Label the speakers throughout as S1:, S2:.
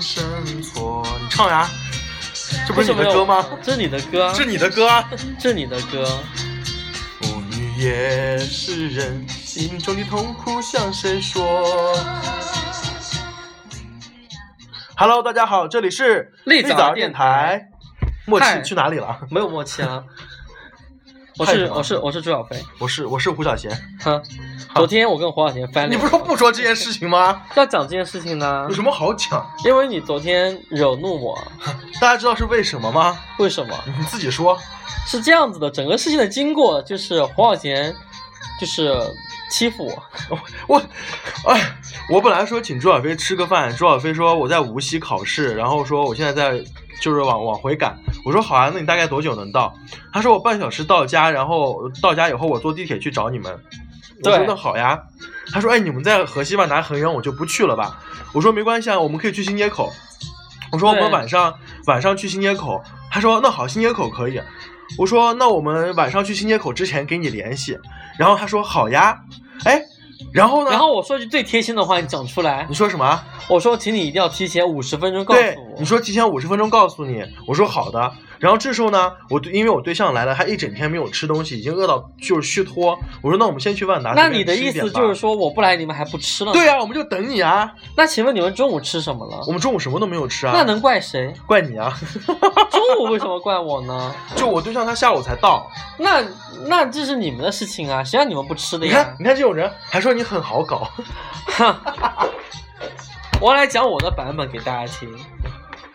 S1: 生错。你唱啥？这不是你的歌吗？
S2: 这是你的歌啊，
S1: 这是你的歌啊！
S2: 这是你的歌。
S1: 妇女也是人，心中的痛苦向谁说？Hello，大家好，这里是
S2: 立早
S1: 早
S2: 电
S1: 台。默
S2: 嗨
S1: 契去哪里了？
S2: 没有默 契啊！我
S1: 太
S2: 是
S1: 狠了
S2: 我是我是朱小飞。
S1: 我是我是胡小贤。
S2: 哈，昨天我跟黄小田翻
S1: 你
S2: 脸，
S1: 不是说不说这件事情吗？
S2: 要讲这件事情呢
S1: 有？什么好讲？
S2: 因为你昨天惹怒我，
S1: 大家知道是为什么吗？
S2: 为什么？
S1: 你自己说。
S2: 是这样子的，整个事情的经过就是黄小田就是欺负我，
S1: 我，哎，我本来说请朱小飞吃个饭，朱小飞说我在无锡考试，然后说我现在在就是往往回赶。我说好啊，那你大概多久能到？他说我半小时到家，然后到家以后我坐地铁去找你们。我说
S2: 对
S1: 那好呀。他说哎，你们在河西吧，拿很远，我就不去了吧。我说没关系啊，我们可以去新街口。我说我们
S2: 对
S1: 晚上晚上去新街口。他说那好，新街口可以。我说那我们晚上去新街口之前给你联系。然后他说好呀。哎，然后呢？
S2: 然后我说句最贴心的话，你讲出来
S1: 你。说什么？啊
S2: 我说，请你一定要提前五十分钟告
S1: 对
S2: 诉，
S1: 你
S2: 我。
S1: 说提前五十分钟告诉你，我说好的。然后这时候呢，我对因为我对象来了，他一整天没有吃东西，已经饿到就是虚脱。我说那我们先去万达。随
S2: 那
S1: 便
S2: 你的
S1: 吃一
S2: 意
S1: 点
S2: 思
S1: 吧
S2: 就是说我不来，你们还不吃了？
S1: 对。呀、我们就等你啊。
S2: 那请问你们中午吃什么了
S1: 我？们中午什么都没有吃啊。
S2: 那能怪谁？
S1: 怪你啊？
S2: 中午为什么怪我呢？
S1: 就我对象他下午才到，
S2: 那那这是你们的事情啊，谁让你们不吃的
S1: 你看
S2: 呀？
S1: 你看这种人，还说你很好搞。
S2: 我来讲我的版本给大家听。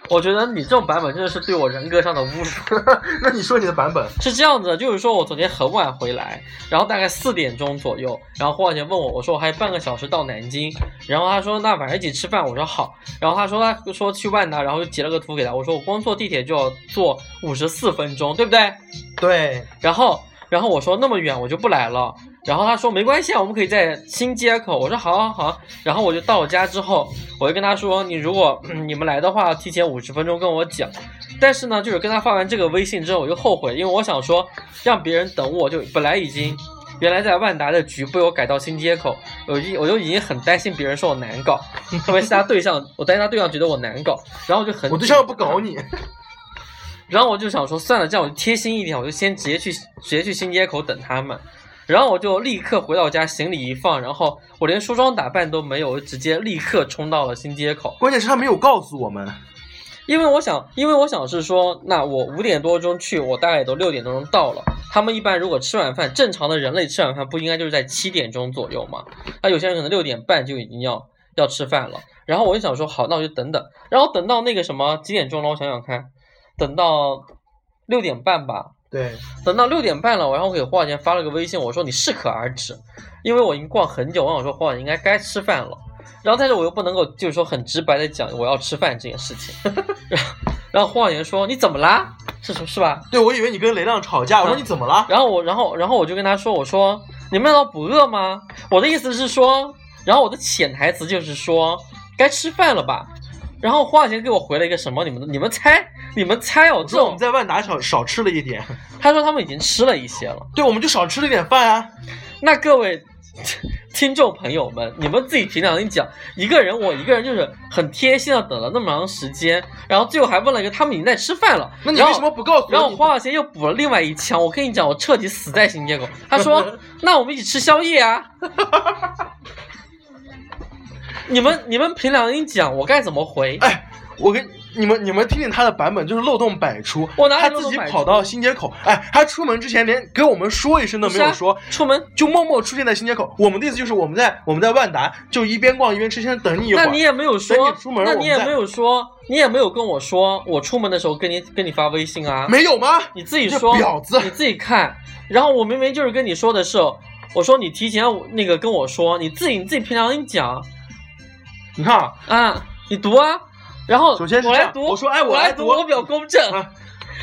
S2: 我觉得你这种版本真的是对我人格上的侮辱。
S1: 那你说你的版本？
S2: 是这样子的，就是说我昨天很晚回来，然后大概四点钟左右，然后霍小姐问我，我说我还有半个小时到南京，然后她说那晚上一起吃饭，我说好，然后她说她说去万达，然后就截了个图给她，我说我光坐地铁就要坐五十四分钟，对不对？
S1: 对，
S2: 然后然后我说那么远我就不来了，然后她说没关系啊，我们可以在新街口，我说好好好，然后我就到我家之后，我就跟她说你如果、嗯你们来的话，提前五十分钟跟我讲。但是呢，就是跟他发完这个微信之后，我就后悔，因为我想说让别人等我，就本来已经原来在万达的局被我改到新街口，我就我就已经很担心别人说我难搞， 特别是他对象，我担心他对象觉得我难搞，然后我就很
S1: 我对象不搞你。
S2: 然后我就想说，算了，这样我就贴心一点，我就先直接去直接去新街口等他们。然后我就立刻回到家，行李一放，然后我连梳妆打扮都没有，我就直接立刻冲到了新街口。
S1: 关键是他没有告诉我们。
S2: 因为我想，因为我想是说，那我五点多钟去，我大概也都六点多钟到了。他们一般如果吃晚饭，正常的人类吃晚饭不应该就是在七点钟左右吗？那有些人可能六点半就已经要要吃饭了。然后我就想说，好，那我就等等。然后等到那个什么几点钟了？我想想看，等到六点半吧，
S1: 对，
S2: 等到六点半了，我然后给花小钱发了个微信，我说你适可而止，因为我已经逛很久，我想说花小姐应该该吃饭了。然后但是我又不能够就是说很直白的讲我要吃饭这件事情。 然后然后花小姐说你怎么啦？是是是吧？
S1: 对我以为你跟雷亮吵架，我说你怎么了？
S2: 然后我然后然后我就跟她说我说你们难道不饿吗？我的意思是说，然后我的潜台词就是说该吃饭了吧。然后花小姐给我回了一个什么？你们你们猜？你们猜哦，
S1: 我
S2: 这
S1: 说我们
S2: 种
S1: 在万达少少吃了一点，
S2: 她说他们已经吃了一些了。
S1: 对，我们就少吃了一点饭啊。
S2: 那各位 听众朋友们，你们自己凭良心讲，一个人我一个人就是很贴心的啊等了那么长时间，然后最后还问了一个他们已经在吃饭了，
S1: 那你
S2: 然后
S1: 为什么不告诉我？
S2: 然后黄小仙又补了另外一枪，我跟你讲，我彻底死在新街口。他 说：“那我们一起吃宵夜啊！”你们你们凭良心讲，我该怎么回？
S1: 哎，我跟你们你们听听他的版本，就是漏洞百出。
S2: 我哪
S1: 他
S2: 里漏
S1: 自
S2: 洞
S1: 己
S2: 百出
S1: 跑到新街口，哎，他出门之前连给我们说一声都没有说，
S2: 啊出门，
S1: 就默默出现在新街口。我们的意思就是我们在我们在万达就一边逛一边吃，先等你一会
S2: 那
S1: 儿。
S2: 你也没有
S1: 等
S2: 说
S1: 你出门，
S2: 那
S1: 我
S2: 你
S1: 们
S2: 也
S1: 再
S2: 没有说，你也没有跟我说，我出门的时候跟你跟你发微信啊。
S1: 没有吗？
S2: 你自己说，
S1: 这婊子
S2: 你自己看。然后我明明就是跟你说的是，我说你提前那个跟我说，你自己你自己平常跟你讲
S1: 你看啊，
S2: 啊，你读啊。然后
S1: 首先是
S2: 我
S1: 这
S2: 来
S1: 样
S2: 读，
S1: 我说哎我
S2: 我
S1: 来
S2: 来
S1: 读
S2: 我比较公正。
S1: 啊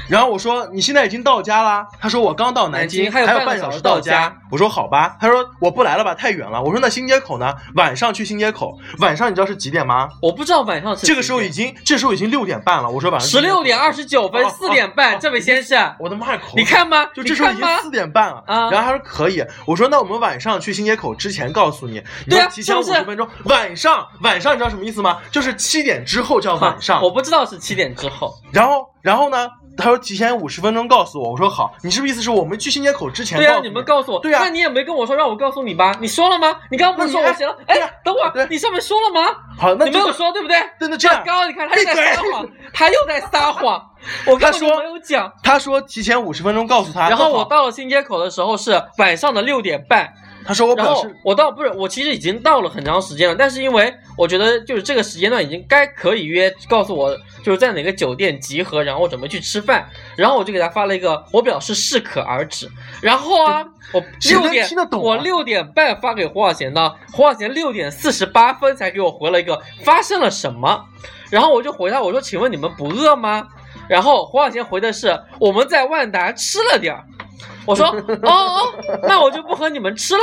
S1: 然后我说你现在已经到家啦，他说我刚到南京，
S2: 南京还有
S1: 有
S2: 半个
S1: 半
S2: 小时
S1: 时到
S2: 到家。
S1: 我说好吧，他说我不来了吧，太远了。我说那新街口呢？晚上去新街口，晚上你知道是几点吗？
S2: 我不知道晚上是
S1: 这个时候已经这时候已经六点半了。我说晚上
S2: 十六点二十九分
S1: 哦
S2: 四点半，这位先生，
S1: 我的妈呀，口
S2: 你看吗？
S1: 就这时候已
S2: 你
S1: 经
S2: 看吗
S1: 四点半了，
S2: 啊
S1: 然后他说可以，我说那我们晚上去新街口之前告诉你，你
S2: 对啊
S1: 要提前五
S2: 是不是
S1: 十分钟。晚上晚上你知道什么意思吗？就是七点之后叫晚上
S2: 我，不知道是七点之后。
S1: 然后然后呢，他说提前五十分钟告诉我，我说好，你是不是意思是我们去新街口之前
S2: 对
S1: 告
S2: 啊，
S1: 诉
S2: 你们告诉我，
S1: 对啊
S2: 那你也没跟我说让我告诉你吧？你说了吗？你刚刚不是说
S1: 那你
S2: 我写了？
S1: 哎对啊
S2: 哎，等会
S1: 对
S2: 儿，你上面说了吗？
S1: 好，那
S2: 你没有说对不对？
S1: 真 的这样
S2: 那刚刚你看他又在
S1: 闭嘴
S2: 撒谎，他又在 撒谎，我根
S1: 他
S2: 本
S1: 说
S2: 就没有讲。
S1: 他说提前五十分钟告诉他，
S2: 然后
S1: 那
S2: 我
S1: 好
S2: 到了新街口的时候是晚上的六点半，
S1: 他说我
S2: 然
S1: 表
S2: 后
S1: 示
S2: 我到不是我其实已经到了很长时间了，但是因为我觉得就是这个时间段已经该可以约，告诉我就是在哪个酒店集合，然后准备去吃饭，然后我就给他发了一个我表示适可而止，然后啊我
S1: 谁
S2: 六
S1: 能
S2: 点
S1: 听得懂啊
S2: 我六点半发给胡小贤的，胡小贤六点四十八分才给我回了一个发生了什么，然后我就回他我说请问你们不饿吗？然后胡小贤回的是我们在万达吃了点儿，我 说哦哦，那我就不和你们吃了，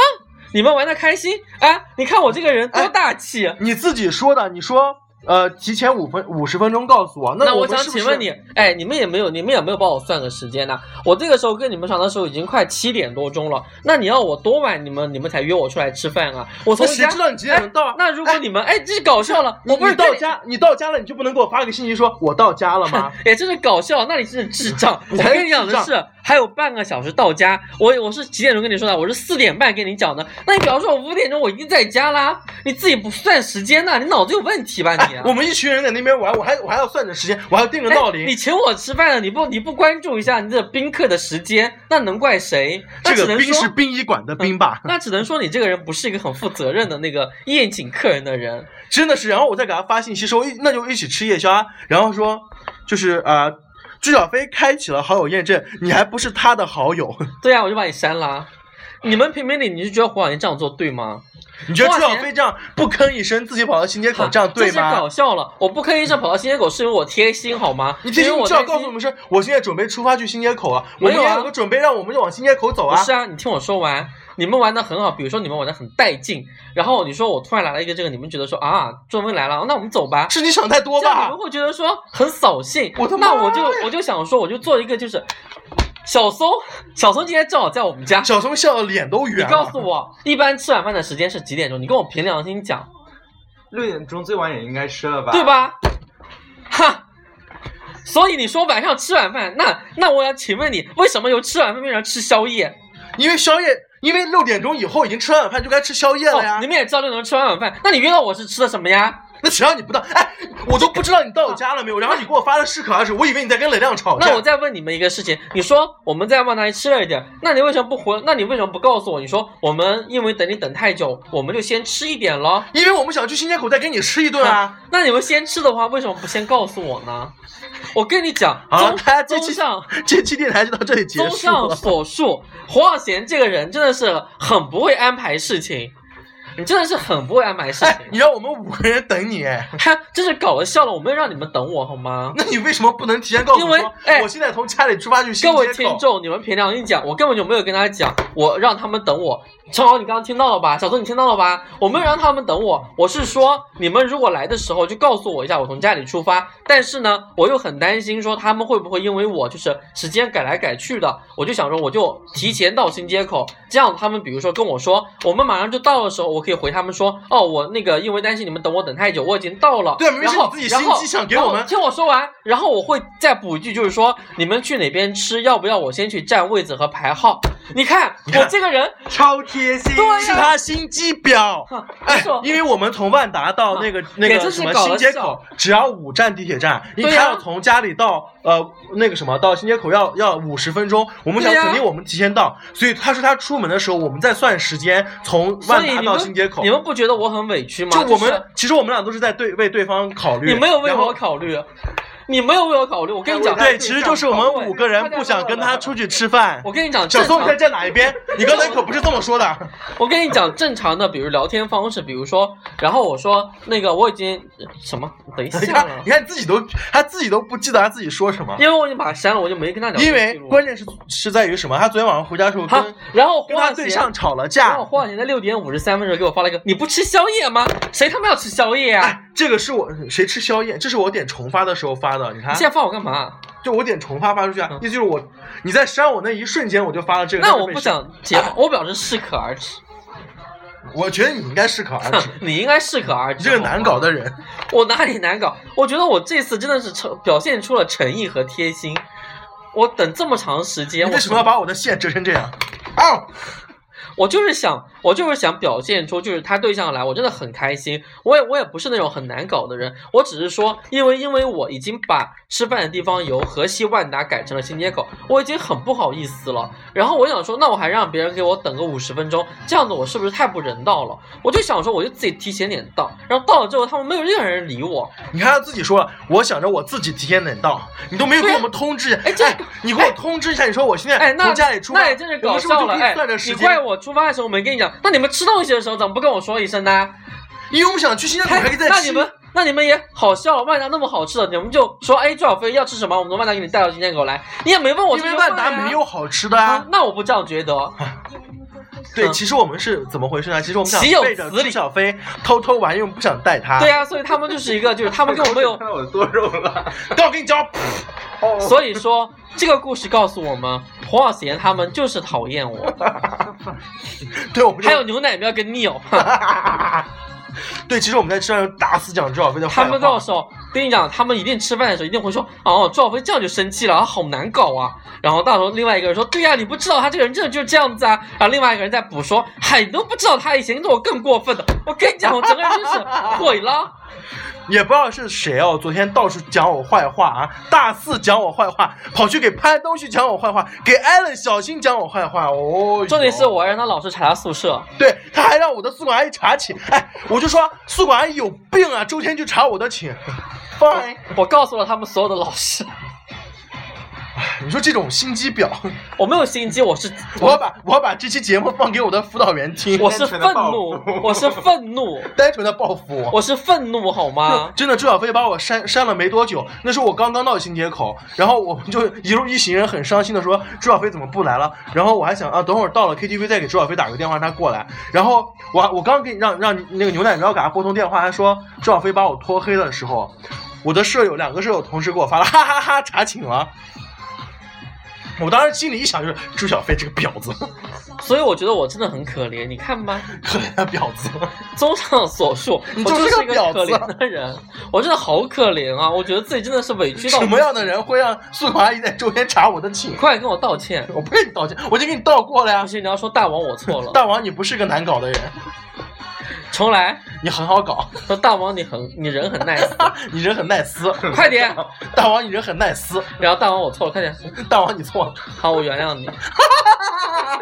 S2: 你们玩的开心啊！你看我这个人
S1: 哎
S2: 多大气，啊
S1: 你自己说的，你说呃提前五分五十分钟告诉我，
S2: 那
S1: 我
S2: 想
S1: 们是不
S2: 请问
S1: 是
S2: 你，哎，你们也没有，你们也没有帮我算个时间呐、我这个时候跟你们上的时候已经快七点多钟了，那你要我多晚你们你们才约我出来吃饭啊？我从
S1: 那谁
S2: 家
S1: 知道你几点能到啊
S2: 哎？那如果你们哎，这是搞笑了，
S1: 你
S2: 我不是
S1: 你到
S2: 跟你。
S1: 家，你到家了，你就不能给我发个信息说我到家了 吗？
S2: 哎，真是搞笑！那你真是智障。我
S1: 你才是
S2: 跟你讲
S1: 智
S2: 的
S1: 障
S2: 是，还有半个小时到家。我我是几点钟跟你说的？我是四点半跟你讲的。那你比方说，我五点钟我已经在家啦，你自己不算时间呐、你脑子有问题吧你？啊
S1: 哎我们一群人在那边玩，我还我还要算着时间，我还要定个
S2: 哎
S1: 闹铃。
S2: 你请我吃饭了，你不你不关注一下你这宾客的时间，那能怪谁？那
S1: 这
S2: 只
S1: 个
S2: 能
S1: 冰是
S2: 说，嗯
S1: 殡仪馆的冰吧？
S2: 那只能说你这个人不是一个很负责任的那个宴请客人的人。
S1: 真的是。然后我再给他发信息说，一那就一起吃夜宵啊。然后说，就是呃，朱小飞开启了好友验证，你还不是他的好友？
S2: 对啊，我就把你删啦。你们评评理，你是觉得胡小宁这样做对吗？
S1: 你觉得
S2: 哇
S1: 朱小飞这样不吭一声，自己跑到新街哦口，这样对
S2: 是搞
S1: 吗？
S2: 笑了！我不吭一声跑到新街口，是因为我贴心好吗？
S1: 你提
S2: 因
S1: 醒
S2: 为
S1: 你
S2: 我
S1: 至少
S2: 担心
S1: 告诉我们是，我现在准备出发去新街口啊，我
S2: 没
S1: 们
S2: 有啊
S1: 也有个准备，让我们就往新街口走
S2: 不
S1: 啊
S2: 是。啊，你听我说完，你们玩的很好，比如说你们玩的很带劲，然后你说我突然来了一个这个，你们觉得说啊，周文来了，那我们走吧。
S1: 是你想太多
S2: 这样你
S1: 吧
S2: 们？会觉得说很扫兴。
S1: 我的妈
S2: 那
S1: 呀
S2: 我就我就想说，我就做一个就是小松，小松今天正好在我们家。
S1: 小松笑的脸都
S2: 你
S1: 圆了。
S2: 告诉我，一般吃晚饭的时间是几点钟？你跟我凭良心讲，
S3: 六点钟最晚也应该吃了吧？
S2: 对吧？哈。所以你说晚上吃晚饭，那那我要请问你，为什么由吃晚饭变成吃宵夜？
S1: 因为宵夜，因为六点钟以后已经吃完晚饭就该吃宵夜了
S2: 哦
S1: 呀。，
S2: 你们也知道六点钟吃完晚饭，那你约到我是吃的什么呀？
S1: 那谁让你不到？哎，我都不知道你到我家了没有，然后你给我发了适可而止，啊我以为你在跟雷亮吵架。
S2: 那我再问你们一个事情，你说我们在万达里吃了一点，那你为什么不回？那你为什么不告诉我？你说我们因为等你等太久，我们就先吃一点了。
S1: 因为我们想去新街口再跟你吃一顿啊。
S2: 那你们先吃的话，为什么不先告诉我呢？我跟你讲，
S1: 好 了
S2: 综
S1: 大家这
S2: 综
S1: 期
S2: 上
S1: 这期电台就到这里结
S2: 综
S1: 束
S2: 上
S1: 了。
S2: 所述，黄小贤这个人真的是很不会安排事情，你真的是很不会安排事
S1: 哎，你
S2: 情。
S1: 让我们五个人等你， 哎
S2: 他真是搞了笑了，我没有让你们等我好吗？
S1: 那你为什么不能提前告诉
S2: 因
S1: 我
S2: 为
S1: 说？
S2: 哎
S1: 我现在从家里出发去新
S2: 各位
S1: 街
S2: 听
S1: 口。
S2: 众，你们凭良心讲，我根本就没有跟他讲，我让他们等我。超豪，你刚刚听到了吧？小周，你听到了吧？我没有让他们等我，我是说你们如果来的时候就告诉我一下，我从家里出发。但是呢，我又很担心说他们会不会因为我就是时间改来改去的，我就想说我就提前到新街口，这样他们比如说跟我说我们马上就到的时候，我可以回他们说哦，我那个因为担心你们等我等太久，我已经到了。
S1: 对明明是
S2: 然后
S1: 你自己
S2: 然
S1: 心
S2: 后
S1: 机想给
S2: 然后
S1: 我们
S2: 听我说完，然后我会再补一句，就是说你们去哪边吃，要不要我先去占位子和排号？你看
S1: 你看
S2: 我这 个人，
S3: 超贴心。
S2: 对啊
S1: 是
S2: 呀、
S1: 他心机 婊。
S2: 哼
S1: 哎
S2: 是我，
S1: 因为我们从万达到那个那
S2: 也
S1: 个
S2: 真是
S1: 什么
S2: 搞
S1: 新
S2: 得
S1: 街
S2: 笑
S1: 口，只要五站地铁站，因为
S2: 对啊
S1: 他
S2: 呀
S1: 要从家里到呃那个什么到新街口要要五十分钟，我们想
S2: 对啊呀
S1: 肯定我们提前到，所以他说他出门的时候我们在算时间，从
S2: 所
S1: 万
S2: 以
S1: 达
S2: 你
S1: 到新
S2: 们
S1: 街口
S2: 你，们不觉得我很委屈吗？
S1: 就我
S2: 是
S1: 们其实我们俩都是在对为对方考虑，
S2: 你没有为
S1: 然后
S2: 我考虑，你没有为我考虑。我跟你讲，
S1: 对，其实就是我们五个人不想跟他出去吃饭。
S2: 我跟你讲，
S1: 小
S2: 正
S1: 宋
S2: 常
S1: 你在站哪一边？你刚才可不是这么说的。
S2: 我跟你讲，正常的，比如聊天方式，比如说，然后我说那个我已经什么，等 一
S1: 你
S2: 下
S1: 看，
S2: 啊
S1: 你，看自己都他自己都不记得他自己说什么，
S2: 因为我已经把他删了，我就没跟他聊天
S1: 因
S2: 记
S1: 为
S2: 录了。
S1: 关键是是在于什么？他昨天晚上回家的时候
S2: 好
S1: 跟，
S2: 然后
S1: 跟
S2: 花
S1: 他
S2: 姐
S1: 对象吵了
S2: 然后
S1: 架。
S2: 花姐在六点五十三分的时候给我发了一个：“你不吃宵夜吗？谁他妈要吃宵夜啊？
S1: 哎，这个是我谁吃宵夜？这是我点重发的时候发的，你看
S2: 你，现在发我干嘛？
S1: 就我点重发发出去啊
S2: 嗯，
S1: 意思就是我你在删我那一瞬间我就发了这个。
S2: 那
S1: 但是
S2: 我
S1: 被
S2: 不
S1: 删，
S2: 想结
S1: 啊
S2: 婚，我表示适可而止。
S1: 我觉得你应该适可 而止，
S2: 你应该适可而
S1: 你
S2: 止。
S1: 这个难搞的人。
S2: 好吗，我哪里难搞？我觉得我这次真的是诚表现出了诚意和贴心。我等这么长时
S1: 你
S2: 间，我
S1: 为什么要把我的线折成这样？ 啊！
S2: 我就是想，我就是想表现出，就是他对象来，我真的很开心。我也我也不是那种很难搞的人，我只是说，因为因为我已经把吃饭的地方由河西万达改成了新街口，我已经很不好意思了。然后我想说，那我还让别人给我等个五十分钟，这样子我是不是太不人道了？我就想说，我就自己提前点到，然后到了之后，他们没有任何人理我。
S1: 你看他自己说了，我想着我自己提前点到，你都没有给我们通知。
S2: 哎这
S1: 你给我通知一下，你说我现
S2: 哎
S1: 在，
S2: 那
S1: 从家里出发，
S2: 那也真是
S1: 我
S2: 搞
S1: 们是不
S2: 笑
S1: 是就
S2: 了。
S1: 可
S2: 哎
S1: 以算着，
S2: 你
S1: 时
S2: 怪
S1: 间？
S2: 我出发的时候没跟你讲，那你们吃东西的时候怎么不跟我说一声呢？
S1: 因为我们想去新疆，我
S2: 哎
S1: 还可以再
S2: 那
S1: 吃
S2: 你们那你们也好笑了，万达那么好吃的，你们就说哎，朱小飞要吃什么，我们从万达给你带到今天给我来，你也没问我
S1: 因
S2: 这
S1: 为
S2: 些
S1: 万
S2: 饭
S1: 达
S2: 呀
S1: 没有好吃的
S2: 啊
S1: 啊。
S2: 那我不这样觉得，
S1: 对，
S2: 嗯
S1: 其实我们是怎么回事呢？其实我们想
S2: 岂有
S1: 背着
S2: 此理
S1: 朱小飞偷偷玩，因为我们不想带他。
S2: 对，啊呀、所哎以他们就是一个，就是他们跟 我没有
S3: 看，到我的多肉了。
S1: 但我跟你讲，
S3: 哦，
S2: 所以说这个故事告诉我们，黄小贤他们就是讨厌 我，
S1: 对，我们就
S2: 还有牛奶喵跟 Neil，
S1: 对，其实我们在吃饭的时候打死讲朱小飞的坏
S2: 他
S1: 话。
S2: 们到时候跟你讲，他们一定吃饭的时候一定会说，哦，赵飞这样就生气了，啊好难搞啊。然后到时候另外一个人说，对呀、你不知道他这个人真的就是这样子啊。然后另外一个人再补说，嗨，你都不知道他以前对我更过分的。我跟你讲，我整个人真是毁了。
S1: 也不知道是谁哦，昨天到处讲我坏话啊，大四讲我坏话，跑去给潘东旭讲我坏话，给艾伦小新讲我坏话哦。哟
S2: 重点是我还让他老师查他宿舍，
S1: 对，他还让我的宿管阿姨查寝，哎，我就说宿管阿姨有病啊，周天去查我的寝。Fine，
S2: 我告诉了他们所有的老师，
S1: 你说这种心机婊，
S2: 我没有心机，我是
S1: 我要把我要把这期节目放给我的辅导员听，
S2: 我是愤怒，我是愤怒，
S1: 单纯的报复我。
S2: 我是愤怒好 吗？
S1: 真的，朱小飞把我删删了没多久，那时候我刚刚到新街口，然后我们就 一路一行人很伤心的说朱小飞怎么不来了，然后我还想啊，等会儿到了 KTV 再给朱小飞打个电话让他过来，然后我我刚给你让让那个牛奶喵给他拨通电话，他说朱小飞把我拖黑的时候，我的舍友两个舍友同时给我发了 哈哈哈查寝了。我当时心里一想就是朱小飞这个婊子，
S2: 所以我觉得我真的很可怜，你看吧。
S1: 可怜的婊子。
S2: 综上所述，
S1: 你
S2: 我
S1: 就是
S2: 是一
S1: 个
S2: 个
S1: 婊
S2: 可
S1: 子啊
S2: 怜的人，我真的好可怜啊！我觉得自己真的是委屈到
S1: 什么样的人会让宿管阿姨在周边查我的寝
S2: 你？快跟我道歉！
S1: 我不跟你道歉，我已经给你道过了呀
S2: 不。行，你要说大王我错了，
S1: 大王，你不是个难搞的人，
S2: 重来。
S1: 你很好搞，
S2: 说大王你很你人很 nice，
S1: 你人很耐撕。
S2: 快点！
S1: 大王，你人很耐撕。
S2: 然后大王我错了，快点！
S1: 大王，你错了。
S2: 好，我原谅你。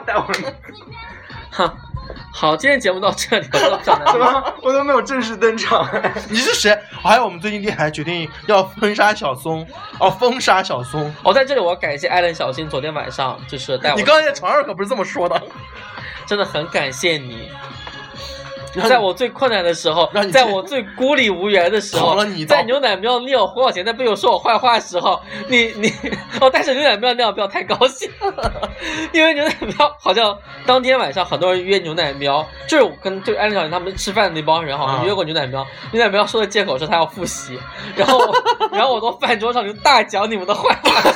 S3: 待会儿
S2: 哈，好，今天节目到这里了，小
S3: 什
S2: 南。
S3: 么？我都没有正式登场。
S1: 你是谁？还有，我们最近电台决定要封杀小松，哦，封杀小松。
S2: 我哦在这里，我要感谢艾伦小新昨天晚上就是哎带我，
S1: 你刚才在床上可不是这么说的。
S2: 真的很感谢你，
S1: 然后
S2: 在我最困难的时候
S1: 让你，
S2: 在我最孤立无援的时
S1: 捅
S2: 候
S1: 了你一，刀
S2: 在牛奶喵尿胡小贤在背后说我坏话的时候，你你 哦，但是牛奶喵尿不要太高兴， 因为牛奶喵好像当天晚上很多人约牛奶喵，就是我跟就是安小贤他们吃饭的那帮人好
S1: 啊
S2: 像约过牛奶喵，牛奶喵说的借口是他要复习， 然后我然后我从饭桌上就大讲你们的坏话。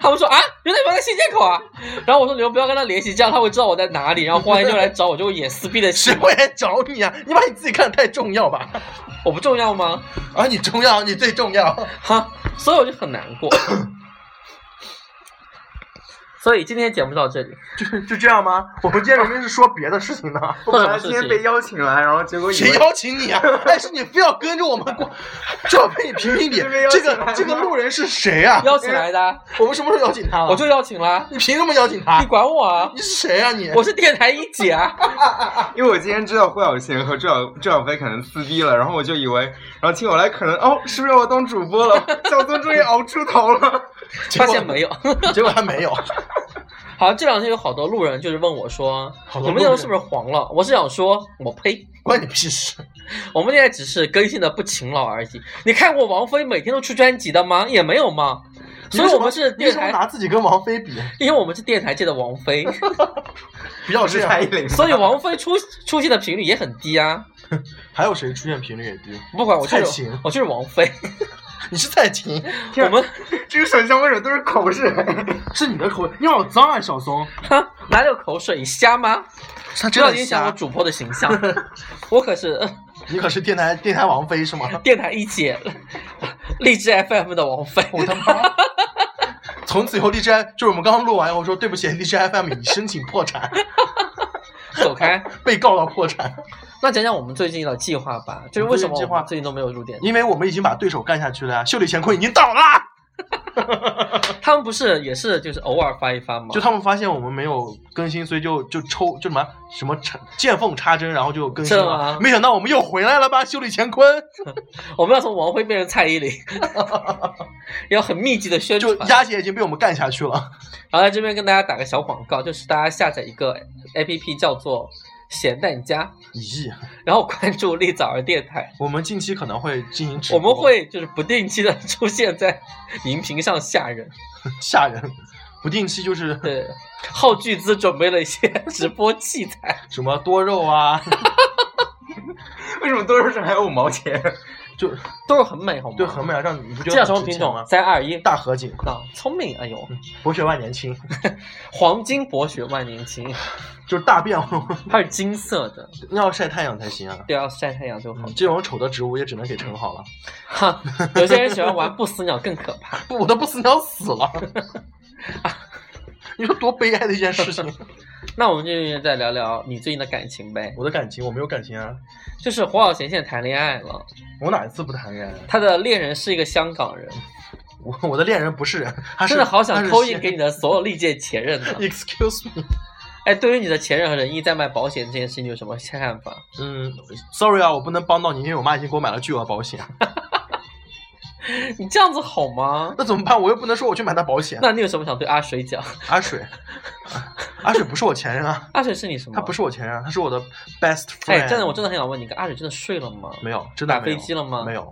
S2: 他们说啊，牛奶喵在新街口啊，然后我说你们不要跟他联系，这样他会知道我在哪里，然后黄岩就来找我，就会演撕逼的戏
S1: 谁。会来找你啊？你把你自己看得太重要吧？
S2: 我不重要吗？
S1: 啊，你重要，你 最重要。
S2: 哈，所以我就很难过。所以今天节目到这里，
S1: 就就这样吗？我们今天明明是说别的事情呢，
S3: 我本来今天被邀请来，然后结果以
S1: 谁
S3: 为
S1: 邀请你啊？但是你非要跟着我们过，就要被你评评理
S3: 是被邀。
S1: 这
S3: 请来
S1: 个
S3: 的
S1: 这个路人是谁啊？
S2: 邀请来 的啊，
S1: 我们什么时候邀请他了？
S2: 我就邀请啦，
S1: 你凭什么邀请他
S2: 你？管我 啊？
S1: 你是谁啊你？
S2: 我是电台一姐 啊，
S3: 因为我今天知道霍小贤和郑小郑小飞可能撕逼了，然后我就以为，然后听我来可能哦，是不是要我当主播 了？小宗终于熬出头了。
S1: 结
S2: 发
S1: 果
S2: 现没有。
S1: 结果还没有。
S2: 好，这两天有好多路人就是问我说，
S1: 好多
S2: 你们
S1: 路
S2: 内
S1: 人
S2: 容是不是黄了？我是想说，我呸，
S1: 关你屁 事！
S2: 我们现在只是更新的不勤劳而已。你看过王菲每天都出专辑的吗？也没有吗？所以我们是
S1: 你为
S2: 电
S1: 什么
S2: 台，
S1: 拿自己跟王菲比？
S2: 因为我们是电台界的王菲，
S1: 不要
S3: 我
S1: 这
S3: 是
S1: 样
S3: 蔡。依林，
S2: 所以王菲出出现的频率也很低啊。
S1: 还有谁出现频率也低？
S2: 不管我就
S1: 蔡
S2: 是
S1: 琴
S2: 我就是王菲，
S1: 你是蔡琴，
S2: 我们
S3: 这个选项为什么都是口水？
S1: 是你的口味，你好脏啊，小 松！
S2: 哈哪有口水？你瞎吗？
S1: 他
S2: 不
S1: 真
S2: 要
S1: 的
S2: 影响我
S1: 瞎。
S2: 主播的形 象。我可是呃
S1: 你可是电台电台王妃是吗？
S2: 电台一姐， 励志 FM 的王菲。
S1: 我他妈！从此以后，荔枝 I- 就是我们刚刚录完以后说对不起，荔枝 FM 已申请破产，
S2: 走开。
S1: 被告到破产，
S2: 那讲讲我们最近的计划吧，就是为什
S1: 最
S2: 么
S1: 近计
S2: 我
S1: 划
S2: 们最近都没有入电？
S1: 因为我们已经把对手干下去了呀。秀里乾坤已经倒了，
S2: 他们不是也是就是偶尔发一发吗？
S1: 就他们发现我们没有更新，所以就就抽就什么什么插见缝插针，然后就更新
S2: 这
S1: 了
S2: 吗。
S1: 没想到我们又回来了吧，秀里乾坤
S2: 我们要从王菲变成蔡依林， 要很密集的宣传
S1: 就。丫姐已经被我们干下去了。
S2: 然后在这边跟大家打个小广告，就是大家下载一个 APP 叫做咸蛋家，
S1: 咦，
S2: 然后关注丽早儿电台。
S1: 我们近期可能会进行直
S2: 我
S1: 播，
S2: 们会就是不定期的 出现在荧屏上吓人。
S1: 吓人，不定期就是
S2: 对，耗巨资准备了一些 直播器材，
S1: 什么多肉啊，
S3: 为什么多肉上还有五毛钱？
S1: 就
S2: 都是很美，好吗？
S1: 对很美啊，让你不觉
S2: 这
S1: 得
S2: 叫
S1: 很
S2: 什么
S1: 值
S2: 品
S1: 钱
S2: 种
S1: 吗？？
S2: 三二一，
S1: 大嗯河景，
S2: 啊，聪明！哎呦，
S1: 博学万年青，
S2: 黄金博学万年青，
S1: 就是大便
S2: 它是金色的，
S1: 要晒太阳才行啊。
S2: 对，要晒太阳就好
S1: 嗯。这种丑的植物也只能给盛好了，
S2: 哈，有些人喜欢玩不死鸟更可怕。
S1: 不，我都不死鸟死了， 你说多悲哀的一件事情。
S2: 那我们就再聊聊你最近的感情呗，
S1: 我的感情我没有感情啊，
S2: 就是黄晓贤现在谈恋爱了，
S1: 我哪一次不谈恋爱？啊
S2: 他的恋人是一个香港人，
S1: 我我的恋人不是人，他是
S2: 真的好想
S1: 偷
S2: 扣印给你的所有历届前任呢。
S1: Excuse me，
S2: 哎，对于你的前任和仁义在卖保险这件事情，你有什么看法？
S1: 嗯，Sorry 啊，我不能帮到你，因为我妈已经给我买了巨额保险。啊
S2: 你这样子好吗？
S1: 那怎么办？我又不能说我去买她保险。
S2: 那你有什么想对阿水讲？
S1: 阿水，阿水不是我前任啊，
S2: 阿水是你什么？
S1: 他不。是我前任啊，他是我的 best friend。啊
S2: 哎，真的，我真的很想问你一个，阿水真的睡了吗？
S1: 没有，真的
S2: 打
S1: 没
S2: 飞
S1: 有
S2: 机了吗？
S1: 没有，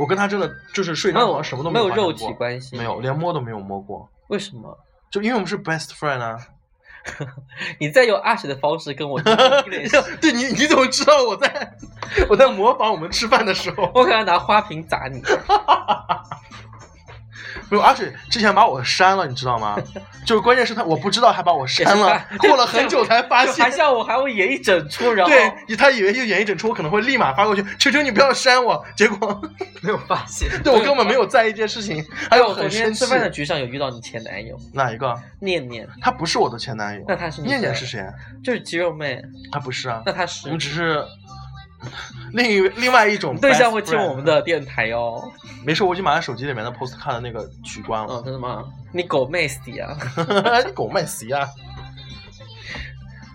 S1: 我跟他真的就是睡
S2: 没
S1: 着
S2: 有
S1: 床什么都
S2: 没有
S1: 发生
S2: 肉体
S1: 过
S2: 关系，
S1: 没有，连摸都没有摸过，
S2: 为什么？
S1: 就因为我们是 best friend 啊。
S2: 你再用阿水的方式跟我 联系，
S1: 对你，你怎么知道我在我在模仿我们吃饭的时候？
S2: 我可能拿花瓶砸 你。
S1: 没有，阿水之前把我删了，你知道吗？就是关键是他，我不知道他把我
S2: 也
S1: 删
S2: 是
S1: 了
S2: 吧，
S1: 过了很久才发
S2: 就还
S1: 现。
S2: 像我还会演一整出，然后
S1: 对，他以为就演一整出，我可能会立马发过去，求求你不要删我。结果，
S3: 没有发现，
S1: 对我根本没有在意这件事情，还
S2: 还
S1: 有
S2: 有昨
S1: 很生
S2: 天
S1: 气
S2: 吃。饭的局上有遇到你前男友
S1: 哪一个？
S2: 念念，
S1: 他不是我的前男友。
S2: 那他是你
S1: 念念
S2: 的
S1: 是谁？啊
S2: 就是肌肉妹，
S1: 他不是啊。
S2: 那他
S1: 我
S2: 是
S1: 们只是另一另外一种
S2: 你对象会
S1: best
S2: 听
S1: friend
S2: 我们。的电台哦。
S1: 没事，我已经把他手机里面的 postcard 的那个取关
S2: 嗯，
S1: 了。
S2: 真的吗？你狗妹死啊！
S1: 你狗卖谁啊！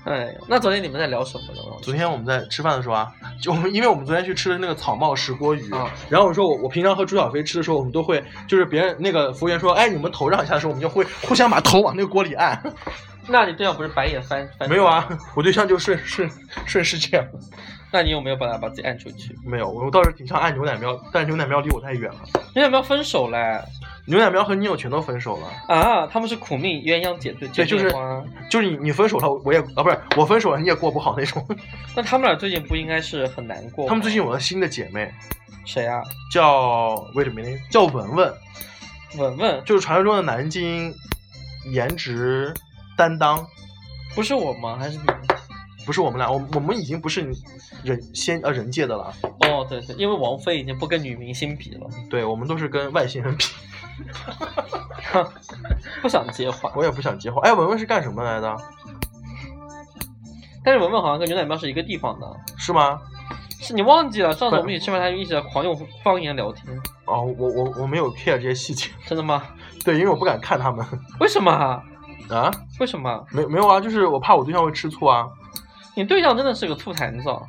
S2: 哎，那昨天你们在聊什么呢？我
S1: 昨天我们在吃饭的时候啊，就我们因为我们昨天去吃的那个草帽石锅鱼，
S2: 啊
S1: 然后我说我我平常和朱小飞吃的时候，我们都会就是别人那个服务员说，哎，你们头让一下的时候，我们就会互相把头往那个锅里按。
S2: 那你对象不是白眼翻 翻？
S1: 没有？啊， 我对象就顺顺顺势这样。
S2: 那你有没有把他把自己按出去？
S1: 没有，我倒是挺想按牛奶喵，但是牛奶喵离我太远了。
S2: 你有没有分手嘞？
S1: 牛奶喵和女友全都分手了。
S2: 啊，他们是苦命鸳鸯姐对姐
S1: 对就是
S2: 妹花。
S1: 就是你你分手了，我也啊不是我分手了，你也过不好那种。
S2: 那他们俩最近不应该是很难过吗？
S1: 他们最近有了新的姐妹，
S2: 谁啊？
S1: 叫 wait a minute，叫文文，
S2: 文文
S1: 就是传说中的南京颜值担当。
S2: 不是我吗？还是你？
S1: 不是我们俩，我我们已经不是人仙呃人界的了，
S2: 哦，对对，因为王菲已经不跟女明星比了。
S1: 对我们都是跟外星人比。
S2: 不想接 话。
S1: 我也不想接话。哎，文文是干什么来的？
S2: 但是文文好像跟牛奶喵是一个地方的，
S1: 是吗？
S2: 是你忘记了？上次
S1: 不
S2: 我们一起吃饭，他就一起狂用方言聊天，
S1: 哦，我我我没有 care 这些细节，
S2: 真的吗？
S1: 对，因为我不敢看他们
S2: 为什么啊？
S1: 啊，
S2: 为什么？
S1: 没没有啊，就是我怕我对象会吃醋啊。
S2: 你对象真的是个醋坛子哦，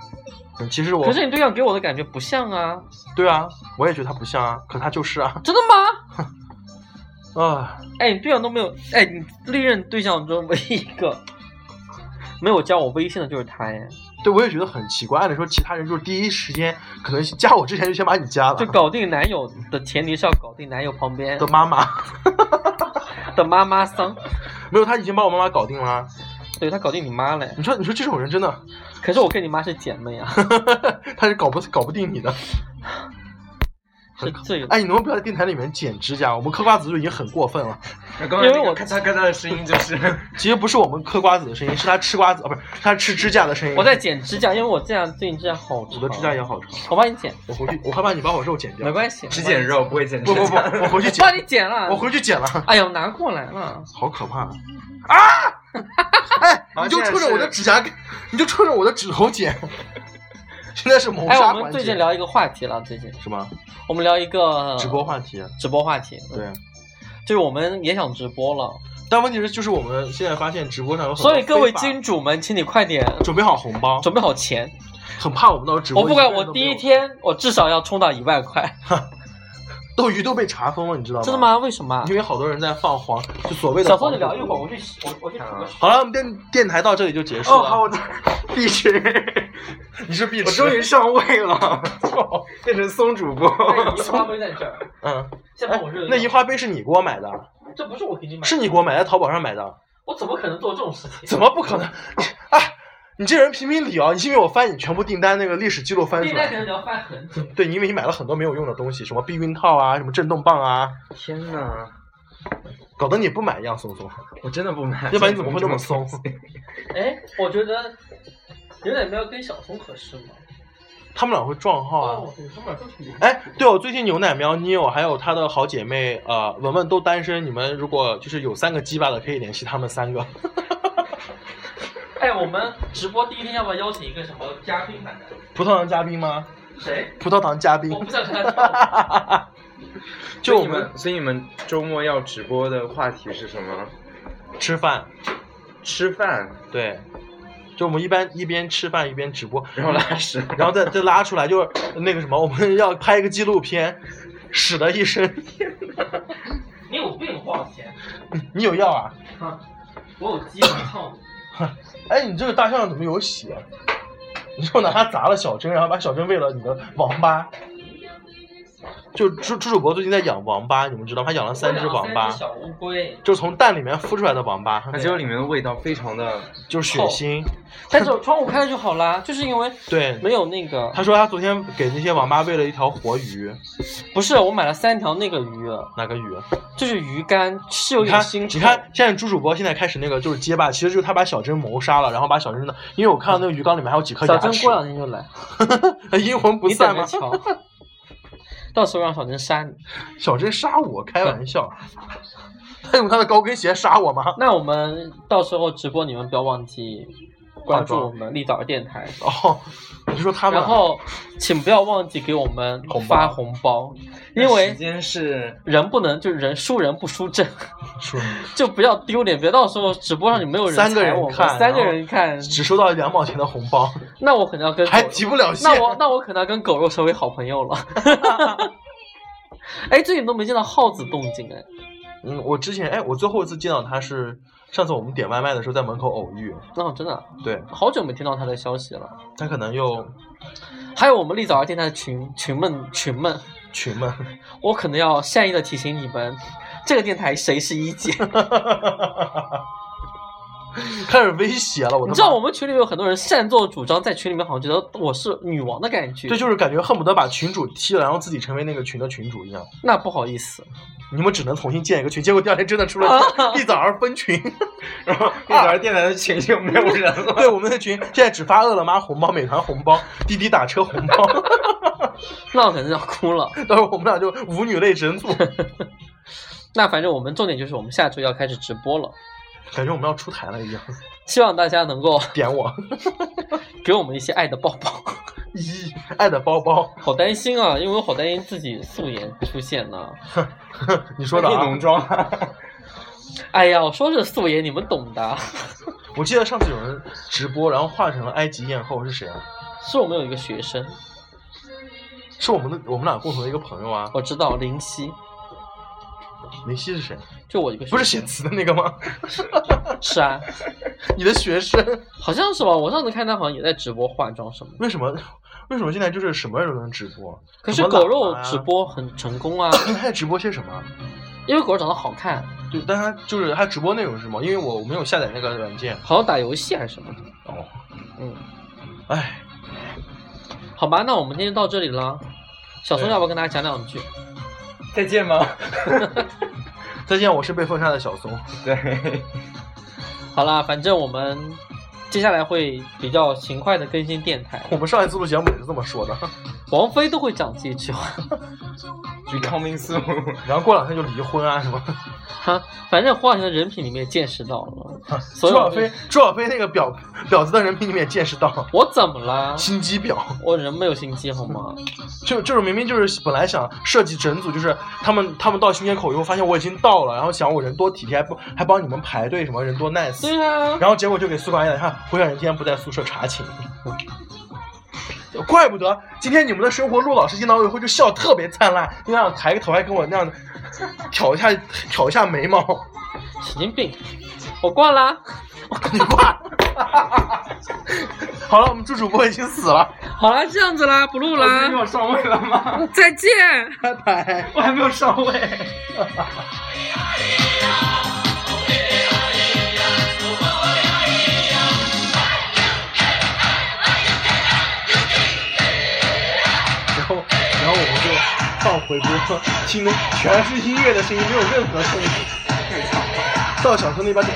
S1: 嗯其实我
S2: 可是你对象给我的感觉不像啊，
S1: 对啊，我也觉得他不像啊，可他就是啊
S2: 真的吗？
S1: 啊，
S2: 哎，你对象都没有，哎，你历任对象中唯一一个没有加我微信的就是他哎，
S1: 对我也觉得很奇怪。按理说其他人就是第一时间可能加我之前就先把你加了
S2: 就，搞定男友的前提是要搞定男友旁 边
S1: 的妈妈
S2: 的妈妈桑，
S1: 没有，他已经把我妈妈搞定了啊。
S2: 对他搞定你妈嘞。
S1: 你说你说这种人真的，
S2: 可是我跟你妈是姐妹啊，
S1: 他是搞不搞不定你的。
S2: 是这个。
S1: 哎，你能不能不要在电台里面剪指甲？我们嗑瓜子就已经很过分了。
S3: 那刚才
S2: 因为
S3: 那个
S2: 我
S3: 咔嚓咔嚓的声音 就是，
S1: 其实不是我们嗑瓜子的声音，是他吃瓜子啊，不是是他吃指甲的声音。
S2: 我在剪指甲，因为我这样最近指甲好长。
S1: 我的指甲也好长，
S2: 我帮你剪，
S1: 我回去我害怕你把我肉剪掉
S2: 没。关系。
S3: 只剪肉不会剪指
S1: 不
S3: 甲。
S1: 不不，我回去
S2: 我帮
S1: 剪，
S2: 你剪了。
S1: 我回去剪了，
S2: 哎呦，拿过来了。
S1: 好可怕啊！啊！哎，你就冲着我的指甲，你就冲着我的指头剪。 现在是谋
S2: 哎，
S1: 杀
S2: 我
S1: 环
S2: 们
S1: 节
S2: 最，近聊嗯一个话题了，最近
S1: 是吗？
S2: 我们聊一个
S1: 直播话题，啊
S2: 直播话题，嗯
S1: 对。啊
S2: 就是我们也想直播了，
S1: 但问题是，就是我们现在发现直播上有很多
S2: 所以各位
S1: 非法
S2: 金主们，请你快点
S1: 准备好红包，
S2: 准备好钱。
S1: 很怕我们到时候直播
S2: 我不管，
S1: 一个人
S2: 我
S1: 都没
S2: 第
S1: 有
S2: 一天我至少要充到一万块，
S1: 斗鱼都被查封了，你知道吗？
S2: 真的？吗？为什么啊？
S1: 因为好多人在放黄，就所谓的
S2: 小
S1: 黄
S2: 宋，你聊一会儿，我去我 我去煮
S3: 啊
S2: 个水。
S1: 好了，我们电电台到这里就结束了。
S3: 哦，好，我 必须，
S1: 你是必
S3: 我
S1: 吃。
S3: 终于上位 了，变成松主播。
S2: 哎，樱花杯在这儿，
S1: 嗯，
S2: 下面我是
S1: 那樱花杯是你给我买的，
S2: 这不是我给你买的，
S1: 是你给我买的，在淘宝上买的，
S2: 我怎么可能做这种事情？
S1: 怎么不可能？你哎，你这人评评理啊！你是因为我翻你全部订单那个历史记录翻
S2: 应
S1: 出
S2: 该可
S1: 来，
S2: 能聊翻很 久。
S1: 对，因为你买了很多没有用的东西，什么避孕套啊，什么震动棒啊，
S3: 天哪，
S1: 搞得你不买一样，松松。
S3: 我真的不买，
S1: 要不然你怎么会那么松？
S2: 哎，我觉得牛奶喵跟小松合适吗？
S1: 他们俩会撞号啊。
S2: 哦，你说嘛都是你。
S1: 哎，对哦，最近牛奶喵、Neo 还有她的好姐妹呃文文都单身，你们如果就是有三个鸡巴的，可以联系他们三个。
S2: 哎，我们直播第一天要不要邀请一个什么嘉宾来着？
S1: 葡萄糖嘉宾吗？
S2: 谁？
S1: 葡萄糖嘉宾
S2: 我，不想跟他说。
S1: 就我
S3: 你
S1: 们
S3: 们，所以你们周末要直播的话题是什么？
S1: 吃饭，
S3: 吃饭，
S1: 对，就我们一般一边吃饭一边直播，
S3: 然后拉屎，
S1: 然后再再拉出来，就是那个什么，我们要拍一个纪录片，屎的一身，
S2: 你有病，花我钱。
S1: 你有药啊？
S2: 啊，我有鸡，我操你！
S1: 哎，你这个大象怎么有血？你就拿它砸了小珍，然后把小珍喂了你的王八。就朱朱主播最近在养王八，你们知道吗他养了三只王
S2: 三
S1: 八
S2: 只，小乌龟。
S1: 就是从蛋里面孵出来的王八，
S3: 它结果里面的味道非常的，
S1: 就是血腥。
S2: 但是窗户开着就好啦，就是因为
S1: 对，
S2: 没有那个。
S1: 他说他昨天给那些王八喂了一条活鱼，
S2: 不是，我买了三条那个鱼，
S1: 哪个鱼？
S2: 就是鱼干，是有
S1: 你看
S2: 点，腥臭。
S1: 你看，现在朱主播现在开始那个就是结巴，其实就是他把小珍谋杀了，然后把小珍的，因为我看到那个鱼缸里面还有几颗
S2: 小
S1: 牙
S2: 珍
S1: 齿
S2: 过，两天就来，
S1: 阴魂不
S2: 你等
S1: 散吗
S2: 着？瞧。 到时候让小珍杀你。
S1: 小珍杀我，开玩笑， 他用他的高跟鞋杀我吗？
S2: 那我们到时候直播，你们不要忘记关注我们立早儿电台，
S1: 哦，你说他们
S2: 然后请不要忘记给我们
S1: 红包
S2: 发红包，因为
S3: 时间是
S2: 人不能就是人输人不输阵，
S1: 说
S2: 就不要丢脸，别到时候直播上你没有人
S1: 三个
S2: 踩
S1: 人
S2: 我们
S1: 看
S2: 三个人看，
S1: 只收到两毛钱的红包，
S2: 那我可能要跟狗
S1: 还提不了现
S2: 那我那我可能要跟狗肉成为好朋友了。 哎，最近都没见到耗子动静哎，
S1: 嗯，我之前哎，我最后一次见到他是上次我们点外卖的时候在门口偶遇，
S2: 那我真的
S1: 对
S2: 好久没听到他的消息了。
S1: 他可能又
S2: 还有我们立早儿电台的群群们群们，
S1: 群们，
S2: 我可能要善意的提醒你们，这个电台谁是一姐？
S1: 开始威胁了，我的
S2: 你知道
S1: 妈
S2: 我们群里面有很多人擅作主张，在群里面好像觉得我是女王的感觉，
S1: 这就是感觉恨不得把群主踢了，然后自己成为那个群的群主一样。
S2: 那不好意思，
S1: 你们只能重新建一个群，结果第二天真的出了
S2: 啊
S1: 一早上分群。
S3: 然后那早上电台的群就没 有人了。
S1: 对，我们的群现在只发饿了么红包、美团红包、滴滴打车红包。
S2: 浪可能要哭了。
S1: 到时候我们俩就舞女泪神组，
S2: 那反正我们重点就是我们下周要开始直播了，
S1: 感觉我们要出台了一样。
S2: 希望大家能够
S1: 点我，
S2: 给我们一些爱的抱抱。
S1: 咦，爱的包包，
S2: 好担心啊，因为我好担心自己素颜出现呢、
S1: 你说的
S3: 还可
S1: 啊
S3: 以浓？妆，
S2: 哎呀，我说是素颜，你们懂的。
S1: 我记得上次有人直播，然后化成了埃及艳后是谁啊？
S2: 是我们有一个学生，
S1: 是我们的我们俩共同的一个朋友啊。
S2: 我知道林夕，
S1: 梅西是谁？
S2: 就我一个学
S1: 不是
S2: 生
S1: 写词的那个吗？
S2: 是啊，
S1: 你的学生
S2: 好像是吧？我上次看他好像也在直播化妆什么的。
S1: 为什么为什么现在就是什么人都能直播？
S2: 可是
S1: 什么啊
S2: 狗
S1: 喇
S2: 肉
S1: 嘛呀
S2: 直播很成功啊，
S1: 他在直播些什么？啊
S2: 因为狗肉长得好看，
S1: 对，但他就是他直播内容是什么？因为我我没有下载那个软件。
S2: 好像打游戏还是什么的。
S1: 哦，
S2: 嗯，
S1: 哎，
S2: 好吧，那我们今天就到这里了。小松
S1: 对
S2: 要不要跟大家讲两句？
S3: 再见吗？
S1: 再见，我是被封杀的小松。
S3: 对，
S2: 好啦，反正我们接下来会比较勤快的更新电台。
S1: 我们上一次录节目也是这么说的，
S2: 王菲都会讲这句话。
S3: 就 coming soon。
S1: 然后过两天就离婚啊什么。
S2: 哈，反正黄晓明的人品里面也见识到了，
S1: 朱
S3: 啊
S2: 所以
S1: 小
S2: 我
S1: 飞，朱小飞那个婊婊子的人品你们也见识到，
S2: 我怎么啦？
S1: 心机婊。
S2: 我人没有心机好吗？
S1: 就就是明明就是本来想设计整组，就是他们他们到新街口以后发现我已经到了，然后想我人多体贴，还不还帮你们排队什么人多 nice，
S2: 对 啊，
S1: 然后结果就给宿管员打电话，回想人今天不在宿舍查寝。怪不得今天你们的生活陆老师见到我以后就笑得特别灿烂，就那样抬个头还跟我那样挑一下挑一下眉毛，
S2: 神经病！我挂啦。
S1: 你挂。 好了，我们朱主播已经死了，
S2: 好啦，这样子啦，不录
S3: 我今天
S2: 啦，
S3: 有上位了吗？
S2: 再见。
S1: 拜拜。
S3: 我还没有上位。
S1: 然后，然后我们就放回播，听的全是音乐的声音，没有任何声音。到小声那边就，